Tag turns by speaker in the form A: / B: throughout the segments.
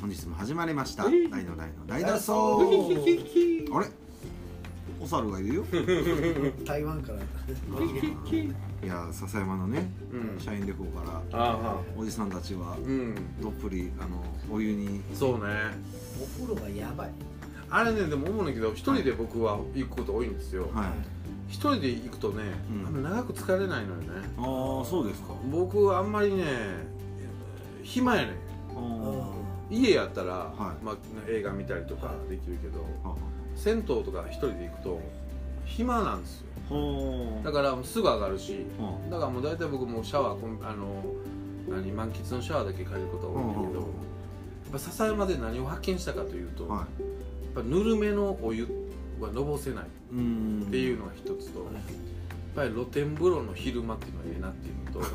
A: 本日も始まりました「
B: えい
A: 大の大の大脱走」
B: うひひひひ
A: あれお猿がいるよ
C: 台湾から
A: いや笹山のね
B: うん
A: 社員旅行から
B: ああは
A: おじさんたちは
B: うん
A: どっぷりあのお湯に
B: そうね
C: お風呂がやばい
B: あれねでも思うんだけど一人で僕は行くこと多いんですよ
A: はい
B: 一人で行くとね、
A: うん
B: あんま長く疲れないのよね
A: ああそうですか
B: 僕はあんまりね暇やねん
A: あ
C: う
A: ー
C: ん
B: 家やったら、
A: はい
B: まあ、映画見たりとかできるけど
A: あ
B: 銭湯とか一人で行くと暇なんですよ
A: ほ
B: だからすぐ上がるし
A: ーは
B: だからもう大体僕もうシャワーこんあの何満喫のシャワーだけ借りること
A: あ
B: が多いんだけど、
A: は
B: やっぱ笹山で何を発見したかというと、
A: あは
B: や
A: い
B: っぱぬるめのお湯はのぼせないう
A: ーん
B: っていうのが一つと、やっぱり露天風呂の昼間っていうのがええなっていうのと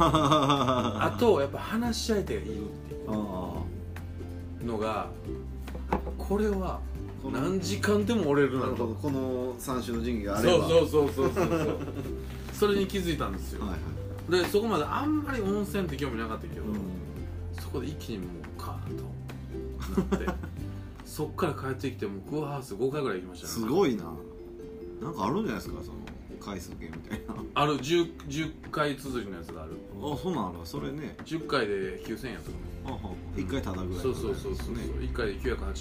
B: あ
A: あ
B: とやっぱ話し相手がいるってい
A: あー
B: うのがこれは
A: この
B: 何時間でも折れるな
A: なる
B: と
A: ほどこの三種の神器があれ
B: そう
A: ば
B: そうそうそうそうそうそれに気づいたんですよ、
A: はいはい
B: でそこまであんまり温泉って興味なかったけど、
A: うん
B: そこで一気にもうカーッと なってそっから帰ってきてもうクーハウス5回ぐらい行きましたね
A: すごいななんかあるんじゃないですかその回数券みたいな
B: ある 10, 10回続きのやつがある
A: あそうなのそれね
B: 10回で9000円やったか
A: あはあ一回ただぐらい
B: な
A: の
B: そうそうそうそう、
A: ね
B: 1回で980円
C: はいはい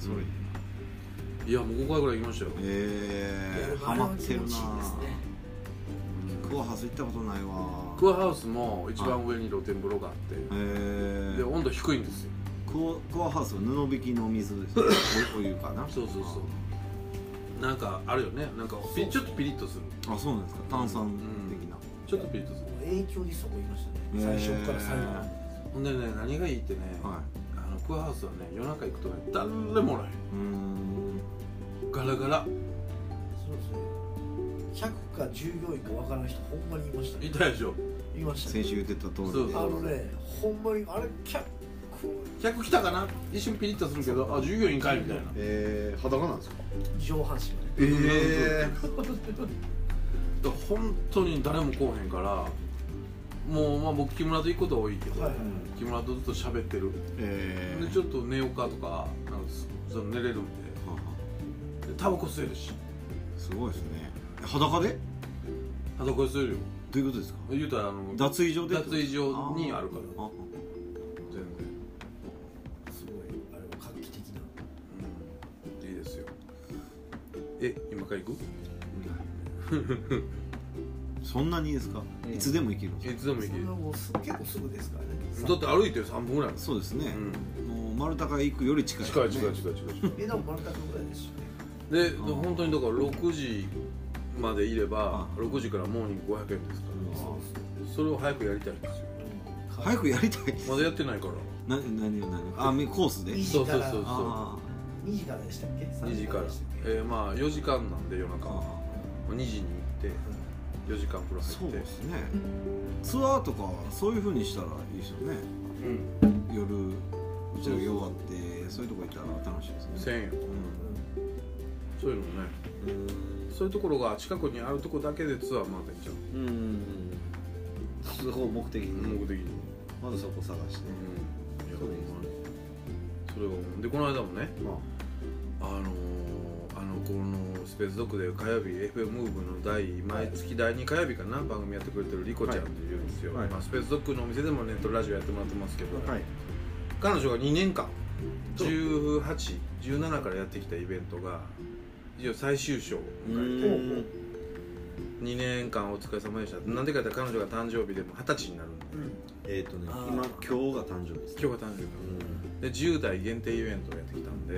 A: それ
B: いやもう5回ぐらい行きましたよ
A: えーハマってるな
C: これは気持ちいいですね
A: クワハウス行ったことないわ
B: クーハウスも一番上に露天風呂があって、
A: えー
B: で温度低いんですよ
A: クワクワハウスは布引きの水ですねおお湯かな
B: そうそうそうなんかあるよねなんかピちょっとピリッとする
A: あそうなんですか炭酸的な、
B: ちょっとピリッとする
C: 影響にそこいましたね
A: へ
C: 最
A: ー
C: 初から最後まで
B: ほんでね何がいいってね、
A: はい
B: あのクーハウスはね夜中行くとね誰もおらへん
A: うーん
B: ガラガラ
C: そうですね100か従業員かわからない人ほんまにいました
B: い
C: ね
B: たでしょ
C: いました
A: 先
C: ね
A: 週言ってた通りで
B: そう
C: あのねほんまにあれ客
B: 客来たかな一瞬ピリッとするけどあ従業員かいみたいな
A: えー、裸なんですか
C: 上半身がね
A: え
B: えだから本当に誰も来おへんからもうまあ僕木村と行くことは多いけど、
C: はいはい
B: 木村とずっと喋ってる
A: え
B: でちょっと寝ようかとかなんかその寝れるんで
A: はは
B: でタバコ吸えるし
A: すごいですねえ裸で
B: タバコ吸えるよ
A: どういうことですか
B: 言うたらあの
A: 脱衣所で
B: 脱衣所にある
A: る
B: から
A: あ
B: 全然、
C: すごいあれは画期的な
B: うん、いいですよえ今から行く
A: そんなにですか、
B: うん
A: いつでも行けるんです
B: い
A: か
B: つでも
C: そ
B: 行け
C: んな
B: る
C: もうす結構すぐですからね
B: だって歩いて3分ぐらいです
A: そうですね
B: う、ん
A: もう丸高行くより近い、ね、
B: 近い近い近い近い近い
C: えでも丸田君ぐらいですよね
B: で
A: ん
B: 本当にだから6時までいれば
A: うん
B: 6時からモーニング500円ですから
C: そうですね
B: それを早くやりたいんですよ
A: 早くやりたい
B: まだやってないから
A: な何を何をあみコースで
C: いい
B: そうそうそうそ
A: あ
C: 2時からでしたっけ
B: う2時から
C: 3でしたっけ
B: えーまあ4時間なんで夜
A: ー
B: 中
A: あ
B: は2時に行って4時間風呂
A: ーそ
B: 入
A: う
B: って
A: ですねツアーとかそういうふうにしたらいいですよね
B: うん
A: 夜うちらが用あってそういうとこ行ったら楽しいですね
B: 1000円
A: うん
B: そういうのねそういうところが近くにあるとこだけでツアー回ってんじゃん
A: うんそこを目的
B: 目的に
A: まずそこ探して
B: いや
A: そうですね
B: それはもうでこの間もね
A: まあ
B: あのー、あのこのスペースドックで火曜日 FM ムーブの第毎月第2火曜日かな番組やってくれてるリコちゃんっていうんですよ、
A: はい
B: まあ、スペースドックのお店でもネットラジオやってもらってますけど、
A: はい
B: 彼女が2年間1817からやってきたイベントが一応最終章を迎えて2年間お疲れ様でしたなんでかって彼女が誕生日でも二十歳になるんで
C: うん
A: えっ、とね
C: あー
A: 今今日が誕生日です
B: 今日が誕生日かなで10代限定イベントをやってきたんで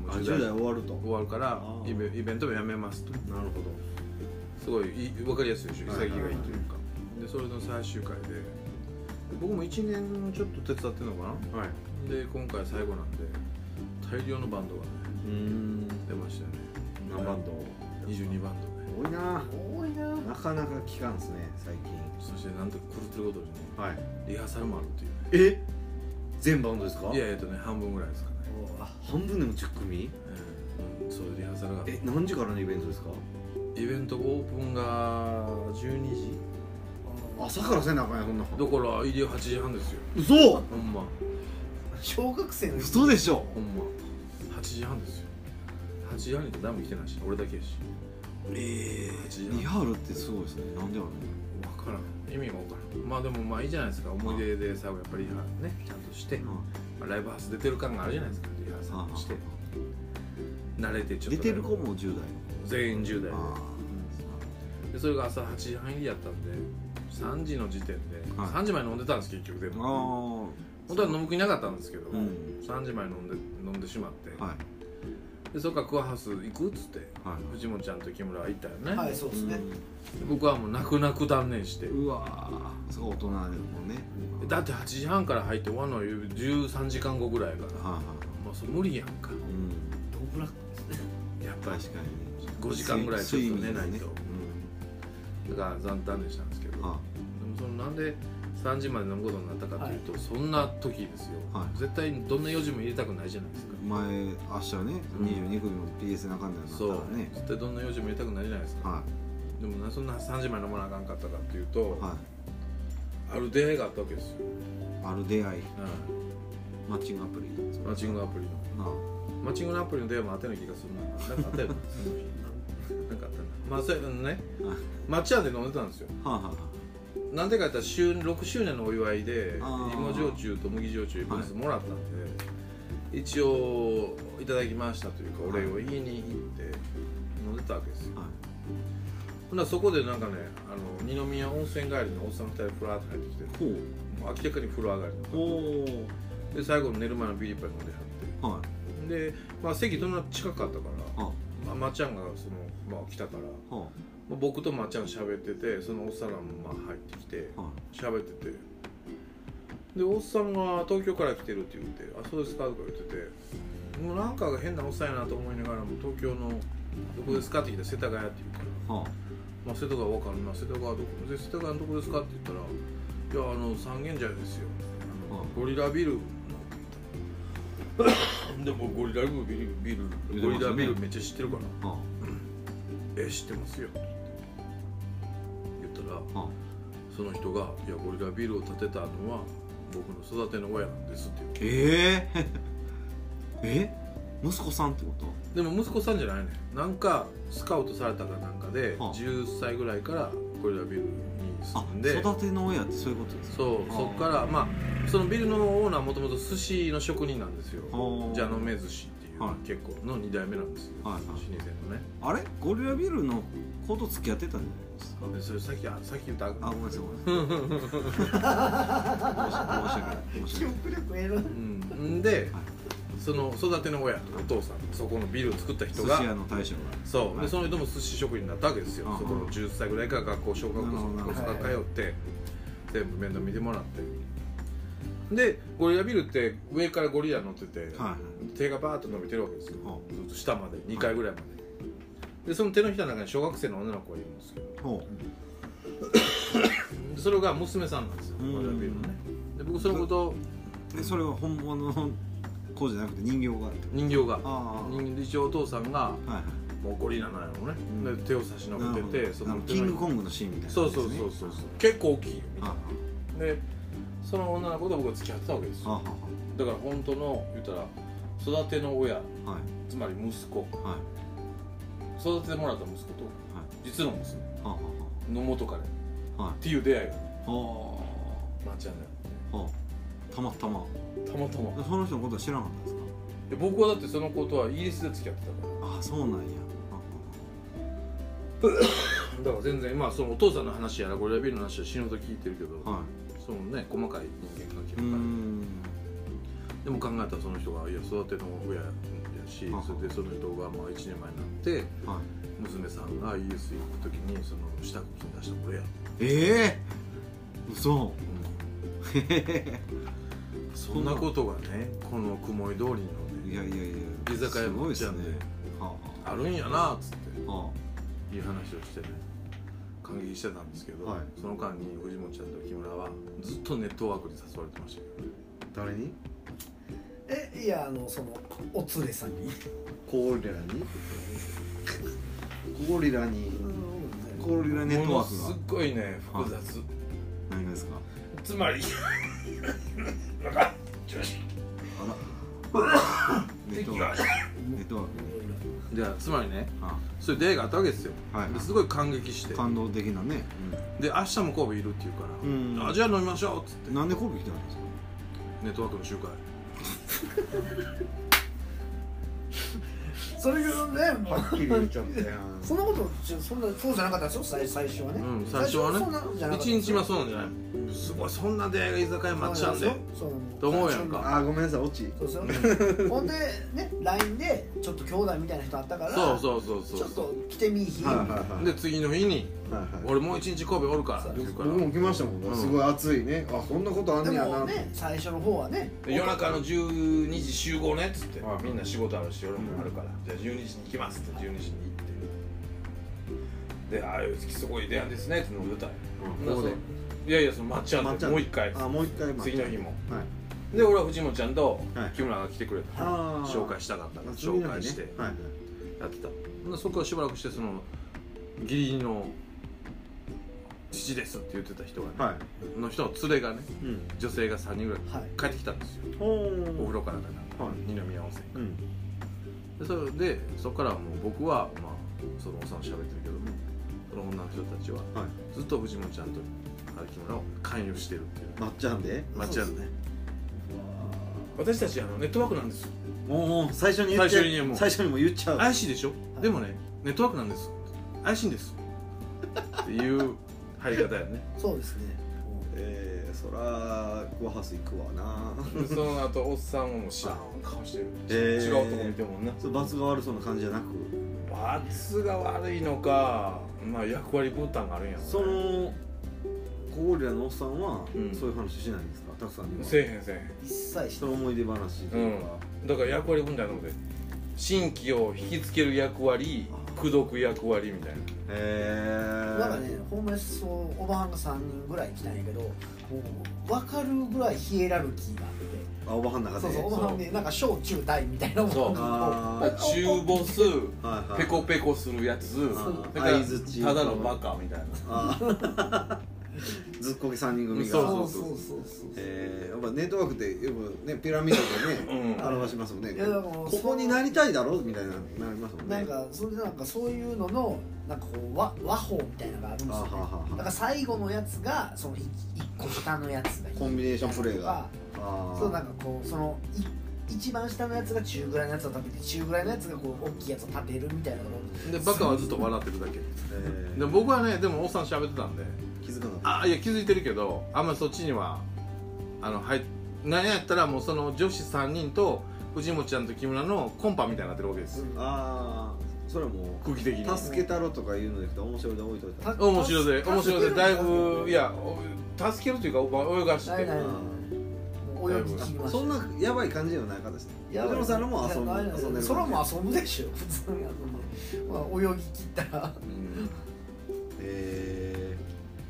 B: もう
A: あ10代終わると
B: 終わるか
A: あ
B: ら
A: ー
B: イベイベントもやめますと
A: なるほど
B: すごいい分かりやすいでしょ
A: はい
B: 潔がいいというかでそれの最終回で僕も1年ちょっと手伝ってんのか
A: はい
B: なで今回最後なんで大量のバンドがね
A: うん
B: 出ましたよね
A: 何バンド
B: 22バンド
A: 多
B: ね
A: いな
C: 多いな
A: なかなか聞かんですね最近
B: そしてなんと狂ってることにね
A: はい
B: リハーサルもあるっていうね
A: え全バンドですか
B: いやえっとね半分ぐらいですかね、
A: 半分でも10組
B: うん、そういうリハーサルがあって
A: え何時からのイベントですか
B: イベントオープンが12時
C: あ
A: 朝からせなあかんやこんな
B: だから入りは8時半ですよ
A: 嘘
B: ほんま
C: 小学生の
A: 嘘でしょ
B: ほんま8時半ですよ8時半に誰も来てないし俺だけやし
A: え
B: 8時半
A: リハールってすごいですねなんである
B: 分からん意味が分からんまあでもまあいいじゃないですか思い出で最後やっぱりリハねちゃんとして、
A: の
B: まあライブハウス出てる感があるじゃないですかリハーサルして慣れてちょっと
A: 出てる子も10代
B: 全員10代
A: ああ
B: ででそれが朝8時半入りやったんで3時の時点で、
A: はい
B: 3時まで飲んでたんです結局で
A: ああ
B: も本当は飲む気なかったんですけど、
A: うん
B: 3時まで飲んで飲んでしまって、
A: はい
B: でそっからクアハウス行くっつって
A: はい
B: 藤本ちゃんと木村は行ったよね、
C: はいそうですね
B: で僕はもう泣く泣く断念して
A: うわーすごい大人でもね
B: だって8時半から入って終わるのは13時間後ぐらいやから、
A: はいは
B: もうそれ無理やんか
A: いうん
C: ドブラック
B: やっぱり
A: 確かにね
B: 5時間ぐらいちょっと寝ない
A: 睡眠です
B: と、
A: ね
B: だから残念でしたんですけど
A: うん
B: でも
A: は
B: そのなんで3時まで飲むことになったかというと、そんな時ですよ、
A: はい
B: 絶対どんな4時も入れたくないじゃないですか、
A: い前明日ね
B: うん
A: 22組も PS なかんだように
B: そう
A: なったらね
B: 絶対どんな4時も入れたくないじゃないですか、
A: は
B: でもなそんな3時まで飲まなあかんかったかっていうと、
A: いはい
B: ある出会いがあったわけですよ、
A: ある出会い
B: はい
A: マッチングアプリ
B: マッチングアプリの
A: あ
B: マッチングのアプリの出会いもあったような気がするななんかあっ たよなその日なんかあったなまあそういうのね町屋で飲んでたんですよ
A: あはあは
B: なんでかやったら周6周年のお祝いで
A: あー
B: 芋焼酎と麦焼酎ボスもらったんで、一応いただきましたというかお礼を言いに行って飲んでたわけですよ
A: あは
B: ほんならそこでなんかねあの二宮温泉帰りのおっさん2人ふらーって入ってきて
A: いほう
B: もう明らかに風呂上がり
A: お
B: ので最後に寝る前のビール一杯飲んでは
A: おはい
B: ってで、まあ、席どんな近かったから
A: あは
B: まあ、まっちゃんがその、まあ、来たから、ま
A: あは
B: あ、僕とまっちゃん喋っててそのおっさんらもまあ入ってきて
A: あ
B: 喋っててでおっさんが東京から来てるって言って「あそうですか」とか言っててもうなんか変なおっさんやなと思いながらも東京の「どこですか?」って聞いたら「世田谷」って言うから
A: はあ
B: 「まあ、世田谷わかるな世田谷どこで世田谷のどこですか?」って言ったら「いやあの三軒茶屋ですよあの
A: あ
B: ゴリラビルの」でもゴリラビルビルゴリラビルめっちゃ知ってるから
A: は
B: 「え知ってますよ」言ったら
A: あは
B: その人が「いやゴリラビルを建てたのは僕の育ての親なんです」って言う
A: ええ え息子さんってこと
B: でも息子さんじゃないねんなんかスカウトされたかなんかで、
A: はあ
B: 10歳ぐらいからゴリラビルに住
A: あ
B: んで
A: 育ての親ってそういうことですか
B: そう
A: あ
B: そっからまあそのビルのオーナーはもともと寿司の職人なんですよ
A: はあ
B: ジャノメ寿司っていう、
A: はい
B: 結構の2代目なんですよ、
A: はいはい
B: 老舗のね
A: あれゴリラビルの子と付き合ってたんじゃないですか
B: でそれさっきあさっき言った
A: あごめんなさいごめんなさい申し
C: 記
A: 訳ない申し訳ない
C: 憶力エロい
B: うん、んで、
A: はい
B: その育ての親お父さんそこのビルを作った人
A: 寿
B: が
A: 司屋の大将が
B: そう、
A: はい
B: でその人も寿司職人になったわけですよ、
A: うんうん
B: そこの10歳ぐらいから学校小学校
A: なるほど
B: 小学校
C: なるほど
B: 通って、全部面倒見てもらってでゴリラビルって上からゴリラ乗ってて、
A: は
B: 手がバーッと伸びてるわけですよ、
A: う
B: ずっと下まで2階ぐらいまで、でその手のひらの中に小学生の女の子がいるんですけど
A: いほ
B: それが娘さんなんですよ
A: う
B: ゴリラビルのねで僕そのこと
A: うでそれは本物の子じゃなくて人形が
B: 人形が
A: あ
B: 人形で一応お父さんが
A: あはいは
B: もうゴリラなんやろね、
A: うん
B: で手を差し伸
A: いな
B: べ
A: る
B: て
A: ほ
B: て
A: どあのキングコングのシーンみたいな
B: そ
A: 感
B: う
A: じです
B: そう
A: ね
B: そうそうそう結構大きいよみたい
A: あ
B: なでその女の子と僕は付き合ってたわけです
A: ああ
B: よだから本当の言ったら育ての親
A: あはい
B: つまり息子
A: はい
B: 育ててもらった息子と
A: はい
B: 実の娘
A: はあは
B: の元彼っ
A: あはあはい
B: ていう出会いが
A: は
B: まっちゃんだよ
A: あはあたまたま
B: たまたま
A: その人のことは知らなかったんですか
B: で僕はだってその子とはイギリスで付き合ってたから
A: ああそうなんやあ
B: だから全然まあそのお父さんの話やらゴリラビールの話は死ぬほど聞いてるけど、
A: あは
B: そのね細かい人間関係
A: いう
B: とか
A: ん
B: でも考えたらその人がいや育ての親やし
A: はは
B: それでその人がまあ1年前になって
A: はい
B: 娘さんが ES 行く時にその支度金出したこれや、
A: ええ嘘
B: そんなことがねこの雲井通りのね
A: いやいやいや
B: 居酒屋
A: すごい
B: も
A: で
B: ちゃ
A: す
B: ん
A: ね
B: で
A: は
B: あるんやなっつっ
A: あは
B: ていう話をしてね感激してたんですけど、
A: はい
B: その間に藤本ちゃんと木村はずっとネットワークに誘われてましたけどね
D: 誰に
C: えいやあのそのお連れさんに
D: ゴリラにゴリラに
A: ゴリラネット
B: も
A: ワ
B: う
A: ークが
B: すっごいね複雑、
A: 何がですか
B: つまり
A: ああらネットワークネットワークね
B: じゃあつまりね
A: あ
B: そういう出会いがあったわけですよ
A: はい
B: ですごい感激して
A: 感動的なね、
B: で明日も神戸いるって言うから、
A: うん
B: あじゃあ飲みましょうっつって
A: なんで神戸来たんですか
B: ネットワークの集会
C: それがねもう
A: やん
C: そんなことじゃそんなそうじゃなかったんですよ最最初はね、
B: うん最初はね
C: 最そんなじゃなかった
B: 一日目はそうなんじゃないすごいそんな出会いが居酒屋待っちゃうんで
C: そうなんですよ
B: と思うやんか
A: あーごめんなさい落ち
C: そうですよ ほんでね LINE でちょっと兄弟みたいな人あったから
B: そうそうそうそう
C: ちょっと来てみいひん、
A: はいはいはい
B: で次の日に
A: はいはい
B: 「俺もう一日神戸おるから」って言うか
A: 僕
B: ら
A: も来ましたもんね、
B: うん
A: すごい暑いねあこんなことあんね
C: で
A: や
C: も
A: な
C: ね最初の方はね
B: で夜中の12時集合ねっつって、
A: はい
B: みんな仕事あるし俺もあるから、じゃあ12時に行きますって12時に行ってでああいうすごい出会いですねって飲んでたんよ
A: うん
B: な
A: ここで
B: そういやいやその抹茶
A: 抹
B: で
A: 茶
B: もう一回
A: あもう一回まあ
B: 次の日も
A: はい
B: で俺は藤本ちゃんと
A: はい
B: 木村が来てくれた、
A: あー
B: 紹介したかったから
A: あ次の日
B: 紹
A: ね
B: 介して
A: はいはい
B: やってた、ほんでそこからしばらくしてその義理の父ですって言ってた人がね、
A: はい
B: の人の連れがね
A: うん
B: 女性が3人ぐらい
C: はい
B: 帰ってきたんですよ、
A: ほ
B: お
A: ー
B: 風呂からかな、
A: はい
B: 二宮温泉
A: うん
B: でそれでそこからはもう僕は、まあ、そのおっさんと喋ってるけどもその女の人たちは
A: はい
B: ずっと藤本ちゃんと木村を勧誘してるっていう
A: 抹茶で
B: 抹茶
C: そうですね
B: 私たちあのネットワークなんです
A: もう最初に言っちゃ
B: 最初にもう
A: 最初にもう言っちゃう
B: 怪しいでしょ、
C: い
B: でもねネットワークなんです怪しいんですっていう入り方やね
C: そうですね
A: えー、そらごはす行くわな
B: その後おっさんも知らん顔してる、
A: えー
B: 違うとこ見てもんな
A: そう罰が悪そうな感じじゃなく
B: 罰が悪いのかまあ役割分担があるんやろね
A: そのゴリラのおっさんは、
B: うん
A: そういう話しないんですかたくさんには
B: せえへんせえへん
C: 一切し
A: その思い出話というか、
B: だから役割分担なので新規を引きつける役割口説く役割みたいな
A: えー、
C: なんかねほんまにそうおばはんが3人ぐらい来たんやけどもう分かるぐらいヒエラルキーが
A: あ
C: あっ
A: おばはんの中
C: て
A: で
C: そうそうおばはんねなんか小中大みたいなもの
B: そう
A: あー
B: 中ボス
A: はいはい
B: ペコペコするやつ
A: あー
B: だから
A: 相槌
B: ただのバカみたいな
A: あー ずっこけ三人組が
B: そう
C: そうそうそうそう
A: えー、やっぱネットワークってよくねピラミッドで ね、
B: うん
A: 表しますもんね
C: いやでも
A: ここになりたいだろみたいななりますもんね
C: なんかそれでなんかそういうののなんかこう和和法みたいなのがあるんですよ、
A: あ
C: ね
A: は、
C: だ
A: は
C: か
A: は
C: ら最後のやつがその 1, 個下のやつがいい
A: コンビネーションプレーがあー
C: そうなんかこうそのい一番下のやつが中ぐらいのやつを立てて中ぐらいのやつがこう大きいやつを立てるみたいなのが
B: でバカはずっと笑ってるだけ
A: えー
B: で僕はねでもおっさん喋ってたんで
A: 気づかなかっ
B: あいや気づいてるけどあんまりそっちにはあの入っ何やったらもうその女子3人と藤本ちゃんと木村のコンパみたいになってるわけですよ
A: たああそれはも
B: 空気的に
A: う助け太郎とかいうので面白いで置いといた
C: た
B: 面白いで
C: た
B: 面白いで
C: た
B: だいぶいやお助けるというかお泳がして
C: ないない
A: うん
C: もう泳ぎ切りました
A: そんなやばい感じではなかったですね
C: やばい
A: 藤本さんらも遊ん
C: いやない
A: 遊んでる
C: それはもう遊ぶでしょ普通に遊ぶ、まあ、泳ぎ切ったら
B: うん
A: え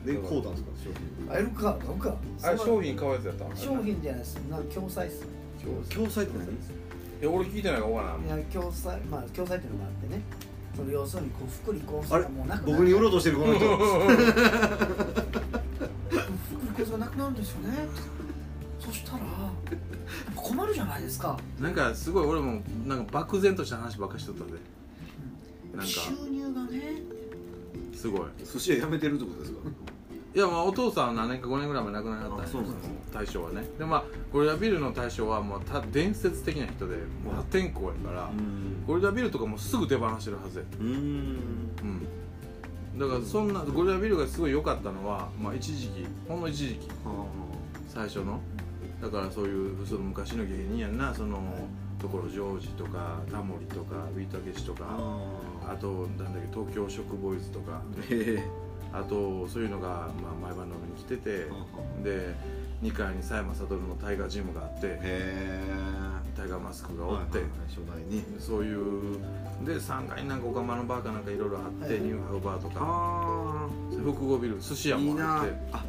A: ー、でこうたんですか商品
C: あれかなんか
B: あれ
C: その
B: 商品買うやつやったの
C: 商品じゃないですなんか共済っす
A: 共済って何
B: いや俺聞いてないから分からん
C: いや共済まあ共済っていうのがあってねその要するにこう福利厚
A: あ
C: 生
A: れ
C: がもうなくな
A: 僕に売ろう
C: と
A: としてるこの人
C: 福利厚生がなくなるんですよねそしたら困るじゃないですか
B: なんかすごい俺もなんか漠然とした話ばっかしとったでなんか
C: 収入がね
B: すごい
A: 寿司屋辞めてるってことですか
B: いやまあお父さんは何年か5年ぐらい前亡くなりになったんや
A: あそうなんですね
B: 大将はねでまあゴリラビルの大将はもうた伝説的な人でもう破天荒やから、
A: ん
B: ゴリラビルとかもうすぐ手放してるはずや
A: うん
B: うんだからそんなゴリラビルがすごい良かったのは、まあ、一時期ほんの一時期
A: は
B: 最初のだからそういうその昔の芸人やんなその、
C: い
B: ところジョージとかタモリとかビートたけしと
A: あ
B: か
A: あ
B: あとなんだっけ東京食ボーイズとか
A: へえ
B: あとそういうのが、まあ、毎晩飲みに来ててで2階に佐山悟のタイガージムがあって
A: へ
B: タイガーマスク
A: え
B: がおって、
A: 初代に
B: そういうで3階になんかオカマのバーかなんかいろいろあって、
C: はい
B: ニューハウバーとか
A: あ
B: 複合ビル寿司
A: あ
B: 屋
A: いい
B: もあっ
A: な
B: て
A: あ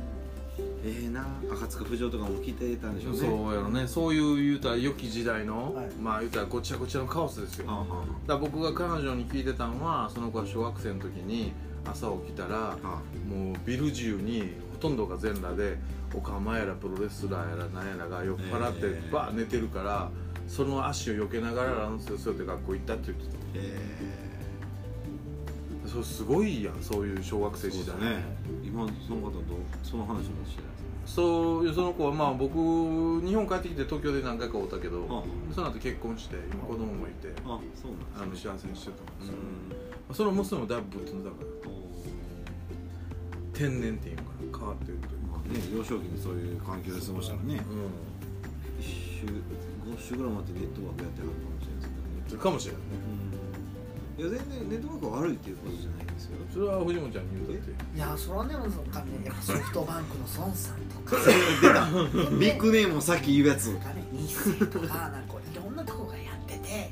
A: ええな赤塚不条とかも来てたんでしょうね
B: そうやろねそういう言うたら良き時代の、
C: はい
B: まあ言うたらごちゃごちゃのカオスですよ
A: はあは
B: だから僕が彼女に聞いてたのはその子は小学生の時に朝起きた
A: あ
B: ら
A: はあ
B: もうビル中にほとんどが全裸でおかまやらプロレスラーやらなんやらが酔っ払って
A: えー
B: バー寝てるから、その足を避けながらランスするって学校行ったって言って
A: え
B: たそれすごいやんそういう小学
A: ー、そう
B: 生
A: で
B: 時
A: す
B: 代
A: ね今その方とその話もしてない
B: そうその子はまあ僕日本帰ってきて東京で何回かおったけど、
A: あ
B: その後結婚して今子供もいて
A: あそう
B: あ
A: なん
B: の
A: ですね
B: 幸せにしてた
A: うんん
B: ですよ、その娘もだいぶぶっ飛んだから天然っていうのかな変わってるという
A: まあね幼少期にそういう環境で過ごしたらね
B: う
A: 1週5週ぐらい待ってネットワークやってはるかもしれないですけどね
B: んかもしれないね
A: いや全然ネットワークが悪いっていうことじゃないんですよ
B: それは藤本ちゃんに言うたって
C: いやそれはねなんかねやっぱソフトバンクの孫さんと か
A: 出 たビッグネームをさっき言うやつ
C: なんかね日清とかなんかいろんなとこがやってて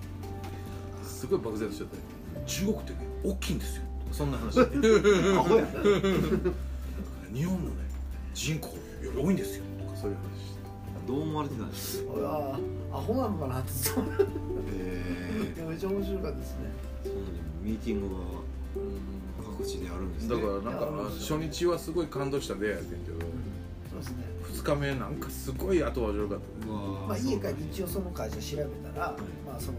B: すごい漠然としてたよ中国ってね大きいんですよそんな 話
A: アホや
B: 日本のね人口より多いんですよとかそういう話して
A: どう思われてたんですか
C: 俺はアホなのかなってそう思って
A: え
C: めっちゃ面白かったですね
A: そんなにミーティングが各地であるんですね
B: だからなんか初日はすごい感動した出会いやってんけど
C: そうですね
B: 2日目なんかすごい後味悪かっ
A: うわ
C: まあ、家
A: そう
C: 帰って一応その会社調べたら、まあ、その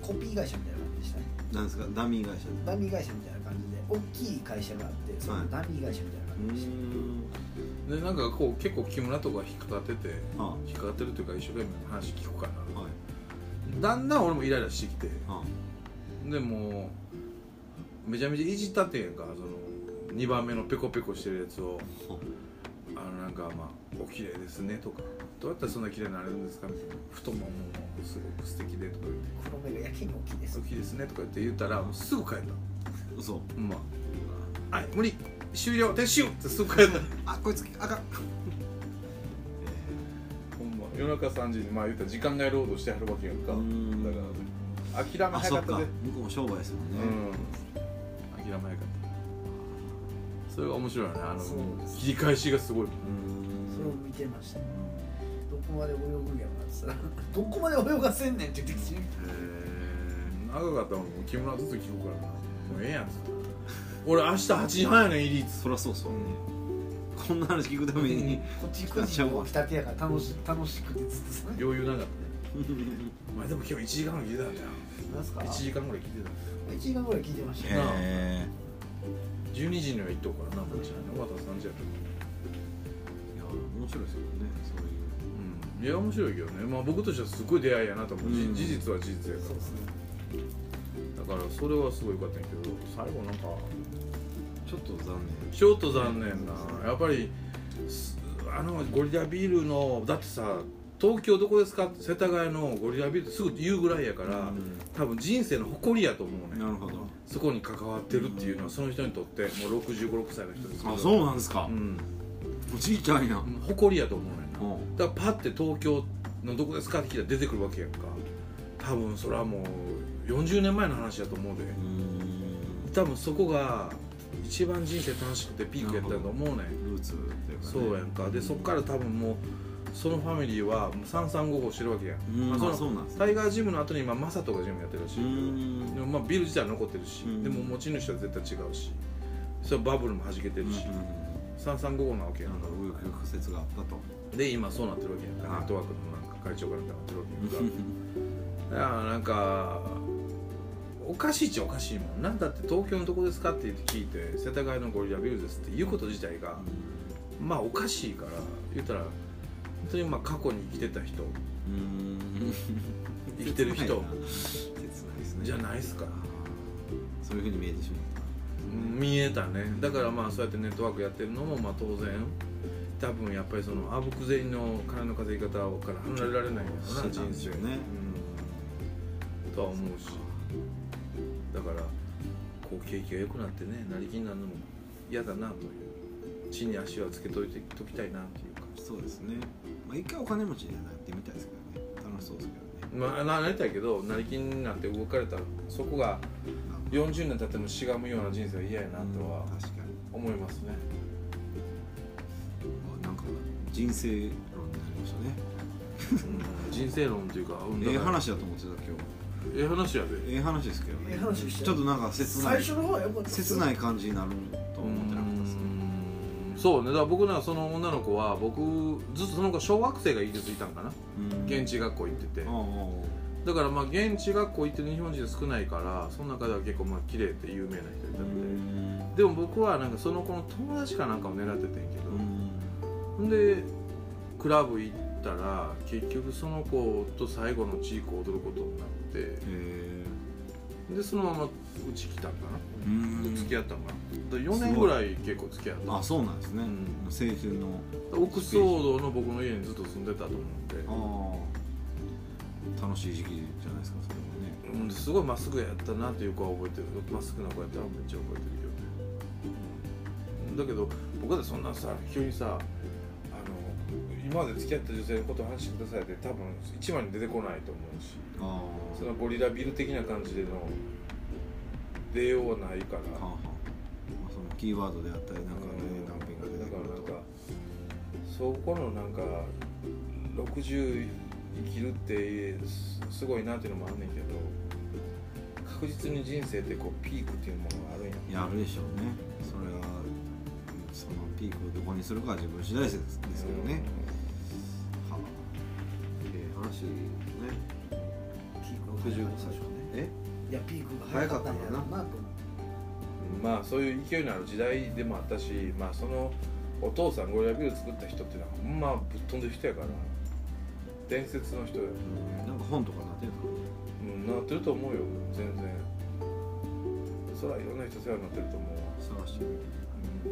C: コピー会社みたいな感じでしたね
A: なんですかダミー会社で
C: ダミー会社みたいな感じで大きい会社があってそのダミー会社みたいな
A: う
C: 感じでした、
A: ん
B: たでなんかこう結構木村とか引っかかってて
A: あは
B: 引っかかってるというか一生懸命話聞こうか
A: いはい
B: なだんだん俺もイライラしてきて
A: あ
B: でもうめちゃめちゃいじったってんやんかその2番目のペコペコしてるやつをあのなんかまあ「お綺麗ですね」とか「どうやったらそんな綺麗になれるんですか?」みたいな「太もももすごく素敵で」とか言
C: 黒目
B: って
C: がやけに大きいで
B: 「
C: す
B: お綺麗ですね」とか言って言ったらもうすぐ帰った
A: 嘘
B: ほんまあはい無理終了撤収ってすぐ帰った
A: あこいつあかん
B: ほんま夜中3時にまあ言ったら時間外労働してはるわけやんか
A: うーん
B: だから諦め
A: あ
B: 早
A: そ
B: か
A: っ
B: った
A: か
B: で
A: 向こうも商売ですもん
B: う
A: ね
B: ん諦め早かったそれが面白いよねあの
C: そうです
B: 切り返しがすごいう
C: それを見てましたね
A: ん
C: どこまで泳ぐんやろなってさどこまで泳がせんねんって言 ってきて
B: 長かったもん木村ずっと聞くからなもうええやん俺明日8時半やねん入りっつ
A: そりゃそうそうねこんな話聞くため に
C: こっち9時に起きたてやから楽し楽しくてずっとさ
B: 余裕なかったねお前でも今日1時間ぐらい聞いてたじ
C: なんすか
B: ゃん1
C: 1,
B: 時間ぐらい聞いてた
C: 時間ぐらい聞いてましたよ、
A: え
B: 12時には行っとくからなもうじゃあね渡さんじやと
A: いや面白いですよねそういう
B: うんいや面白いけどねまあ僕としてはすごい出会いやなと思う、じ
A: うん
B: 事実は事実やか
C: そうですね
B: らだからそれはすごい良かったんやけど最後なんか
A: ちょっと残
B: ちょっと残念なやっぱりすあのゴリラビールのだってさ東京どこですかって世田谷のゴリラビールってすぐ言うぐらいやから、
A: 念
B: 多分人生の誇りやと思うね
A: なるほど
B: そこに関わってるっていうのはその人にとってもう656歳の人ですけど
A: あそうなんですか
B: うん
A: おじいちゃんやん
B: 誇りやと思うねんな
A: うん
B: だからパッて東京のどこですかって聞いたら出てくるわけやんか多分それはもう40年前の話だと思うで多分そこが一番人生楽しくてピークやったと思うねん
A: ルーツっていうかね
B: そうやんかでそっから多分もうそのファミリーはもう三三五五してるわけやん
A: うん
B: まあその
A: あそうなんですね
B: タイガージムの後に今マサトがジムやってるらしいけ
A: う
B: ど
A: ん
B: でもまあビル自体は残ってるし
A: うん
B: でも持ち主は絶対違うしそれはバブルも弾けてるし三三五五なわけや
A: なんんか
B: か
A: 右翼曲折があったと
B: で今そうなってるわけやんかネットワークのなんか会長からなってるわけやんかいやなんかおかしいっちゃおかしいもんなんだって東京のどこですかって聞いて世田谷のゴリラビルですっていうこと自体がまあおかしいから言ったら本当にまあ過去に生きてた人
A: うん
B: 生きてる人
A: 切ないですね
B: じゃないっす
A: あ
B: か
A: ーそういうふうに見えてしまった
B: うん見えたねだからまあそうやってネットワークやってるのもまあ当然多分やっぱりそのあぶく銭の金の稼ぎ方から離れられないんだろうな
A: そう
B: 人
A: なんです
B: 生
A: よね
B: うんとは思うしだからこう景気が良くなってねなりきりになるのも嫌だなという地に足はつけといてときたいなっていうか
A: そうですねまあ一回お金持ちになってみたいですけどね楽しそうですけどね
B: まあななりたいけどなりきりになって動かれたらそこが40年経ってもしがむような人生は嫌やなとは
A: うん確かに
B: 思いますね
A: あなんか人生論になりましたね
B: 人生論というかうん
A: ええ
B: だから
A: 話だと思ってた今
B: ええ話やで
A: 日ええ話ですけど
C: ええ
A: ね
C: 話でした
A: ちょっとなんか切な
C: 最
A: い
C: 初の方はよかったですよ
A: 切ない感じになるとは思ってなかったです
B: うーんそうねだから僕なその女の子は僕ずっとその子小学生がイギリスいたんかな
A: うん
B: 現地学校行ってて
A: あああ
B: だからまあ現地学校行ってる日本人少ないからその中では結構まあ綺麗って有名な人い
A: あ
B: た
A: うん
B: で
A: ん
B: でも僕はなんかその子の友達かなんかを狙っててんけど、ほんでクラブ行ったら結局その子と最後の地域を踊ることになって
A: へえ
B: でそのままうち来たんか
A: う
B: な、
A: ん
B: 付き合ったんかな4年ぐらい結構付き合った
A: あそうなんですね、
B: う
A: うんん、青春の
B: オクソードの僕の家にずっと住んでたと思うんで
A: ああ楽しい時期じゃないですかそれもね
B: うん、すごいまっすぐやったなっていう子は覚えてるまっすぐな子やったらめっちゃ覚えてるよね、うん、だけど僕だってそんなさ急にさあの今まで付き合った女性のことを話してくださいって多分一番に出てこないと思うし
A: ああ
B: そのゴリラビル的な感じでの出ようはないから
A: はあはあまあそのキーワードであったりなんかね
B: うん
A: 断片が出
B: だ
A: て
B: か
A: く
B: らなん
A: ると
B: かそこのなんか60生きるってすすごいなっていうのもあんねんけど確実に人生ってこうピークっていうものがあるんや
A: いやあるでしょうねそれはそのピークをどこにするかは自分次第ですですけどね、はあええ話ね
C: ピーク
A: 65
C: が
A: 歳え
C: いやピークが早かったんやろうなと思
B: うんまあそういう勢いのある時代でもあったしまあそのお父さんゴリラビール作った人っていうのはほんまぶっ飛んでる人やから伝説の人や
A: うんなんか本とかなってるの
B: うんなってると思うよ全然そらいろんな人世話になってると思う
A: 探
B: わ
A: してみて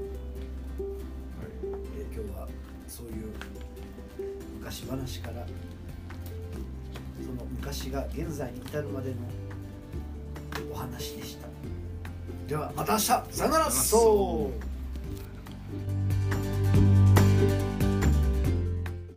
B: はい
C: って今日はそういう昔話からその昔が現在に至るまでのお話でしたではまた明日さよならそう